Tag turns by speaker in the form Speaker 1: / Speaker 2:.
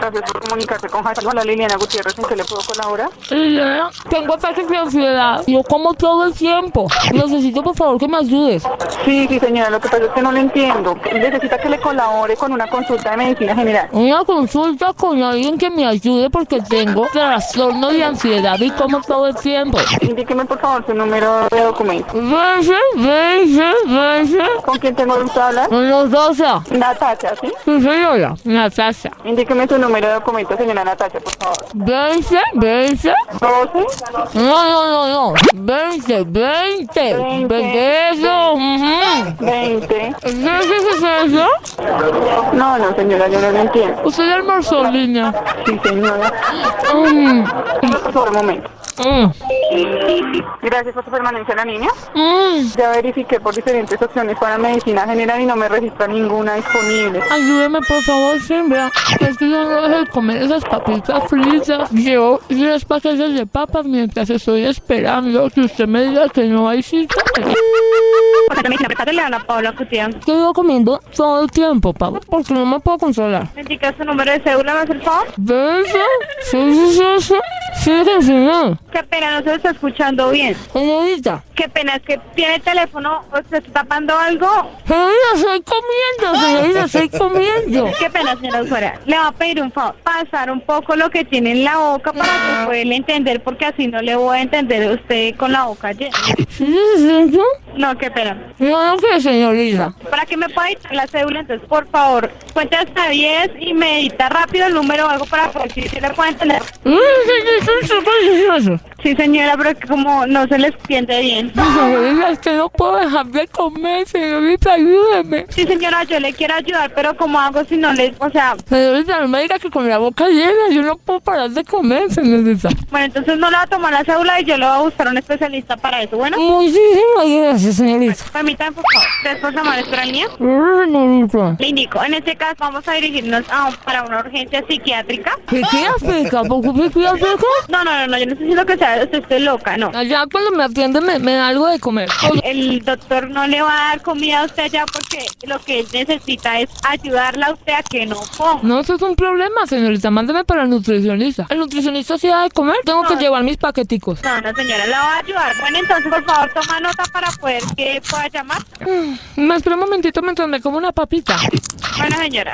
Speaker 1: Gracias por comunicarse con Jaime. Hola Liliana Gutiérrez, ¿en qué le puedo colaborar?
Speaker 2: Liliana, tengo ataques de ansiedad. Yo como todo el tiempo. Necesito, por favor, que me ayudes.
Speaker 1: Sí, sí señora, lo que pasa es que no lo entiendo. Necesita que le colabore con una consulta de medicina general.
Speaker 2: Una consulta con alguien que me ayude porque tengo trastorno de ansiedad y como todo el tiempo.
Speaker 1: Indíqueme por favor su número de documento.
Speaker 2: Veces, veces, veces.
Speaker 1: ¿Con quién tengo el gusto de hablar?
Speaker 2: Con los dos. ah.
Speaker 1: Natasha, ¿sí?
Speaker 2: Sí, señora. Natasha.
Speaker 1: Indíqueme su número de documento, señora Natasha, por favor.
Speaker 2: Veces, veces.
Speaker 1: 12,
Speaker 2: No, no, no, no. Veinte, veinte.
Speaker 1: Veinte.
Speaker 2: Veinte, eso. ujú.
Speaker 1: 20.
Speaker 2: ¿Sabe ¿Qué es eso?
Speaker 1: No, no señora, yo no lo entiendo.
Speaker 2: Usted almorzó, niña.
Speaker 1: Sí señora.
Speaker 2: Mm,
Speaker 1: Por favor, un momento.
Speaker 2: mm,
Speaker 1: Gracias por su permanencia en la línea.
Speaker 2: mm.
Speaker 1: Ya verifiqué por diferentes opciones para medicina general y no me registra ninguna disponible.
Speaker 2: Ayúdeme, por favor, Silvia. Es que yo no dejo de comer esas papitas fritas. Llevo tres paquetes de papas mientras estoy esperando que usted me diga que no hay cita.
Speaker 3: Porque también la le a la Paula Cutián.
Speaker 2: Que yo comiendo todo el tiempo, Pablo, porque no me puedo controlar.
Speaker 3: ¿Me indicas su número de cédula, más el favor?
Speaker 2: ¿De eso? Sí, sí, sí, sí. Sí, sí, sí, no.
Speaker 3: Qué pena, no se lo está escuchando bien.
Speaker 2: Señorita,
Speaker 3: Qué pena, es que tiene el teléfono, o se está tapando algo.
Speaker 2: señorita, estoy comiendo, señorita, estoy comiendo.
Speaker 3: Qué pena, señora usuaria. Le va a pedir un favor, pasar un poco lo que tiene en la boca para que pueda entender, porque así no le voy a entender a usted con la boca llena.
Speaker 2: ¿Sí, sí, sí?
Speaker 3: No, qué pena.
Speaker 2: No, no, que señorita.
Speaker 3: Para que me pueda editar la cédula, entonces, por favor, cuente hasta 10 y me edita rápido el número o algo para poder si se le puede entender.
Speaker 2: Sí, sí, sí, sí, sí, sí, sí.
Speaker 3: Sí, señora, pero que como no se le entiende bien.
Speaker 2: Señorita, es que no puedo dejar de comer, señorita, ayúdeme.
Speaker 3: Sí, señora, yo le quiero ayudar, pero ¿cómo hago si no le...? O sea,
Speaker 2: Señorita, no me diga que con la boca llena yo no puedo parar de comer, señorita.
Speaker 3: bueno, entonces no le va a tomar la cédula y yo le voy a buscar un especialista para eso. Bueno,
Speaker 2: Muchísimas gracias, señorita.
Speaker 3: permítame, por favor. Después de llamar, espera línea.
Speaker 2: Señorita.
Speaker 3: Le indico, en este caso vamos a dirigirnos a, para una urgencia psiquiátrica.
Speaker 2: ¿Qué quieres peca? ¿Por qué me quieres peca?
Speaker 3: No, no, no, no, yo no sé si lo que sea, usted estoy loca, no.
Speaker 2: Allá cuando me atienden me, me da algo de comer.
Speaker 3: El doctor no le va a dar comida a usted ya porque lo que él necesita es ayudarla a usted a que no coma.
Speaker 2: No, eso es un problema, señorita. Mándeme para el nutricionista. ¿El nutricionista sí da de comer? Tengo que llevar mis paqueticos.
Speaker 3: No, no, señora, la va a ayudar. Bueno, entonces, por favor, toma nota para poder que pueda llamar.
Speaker 2: Me espera un momentito mientras me como una papita.
Speaker 3: Bueno, señora.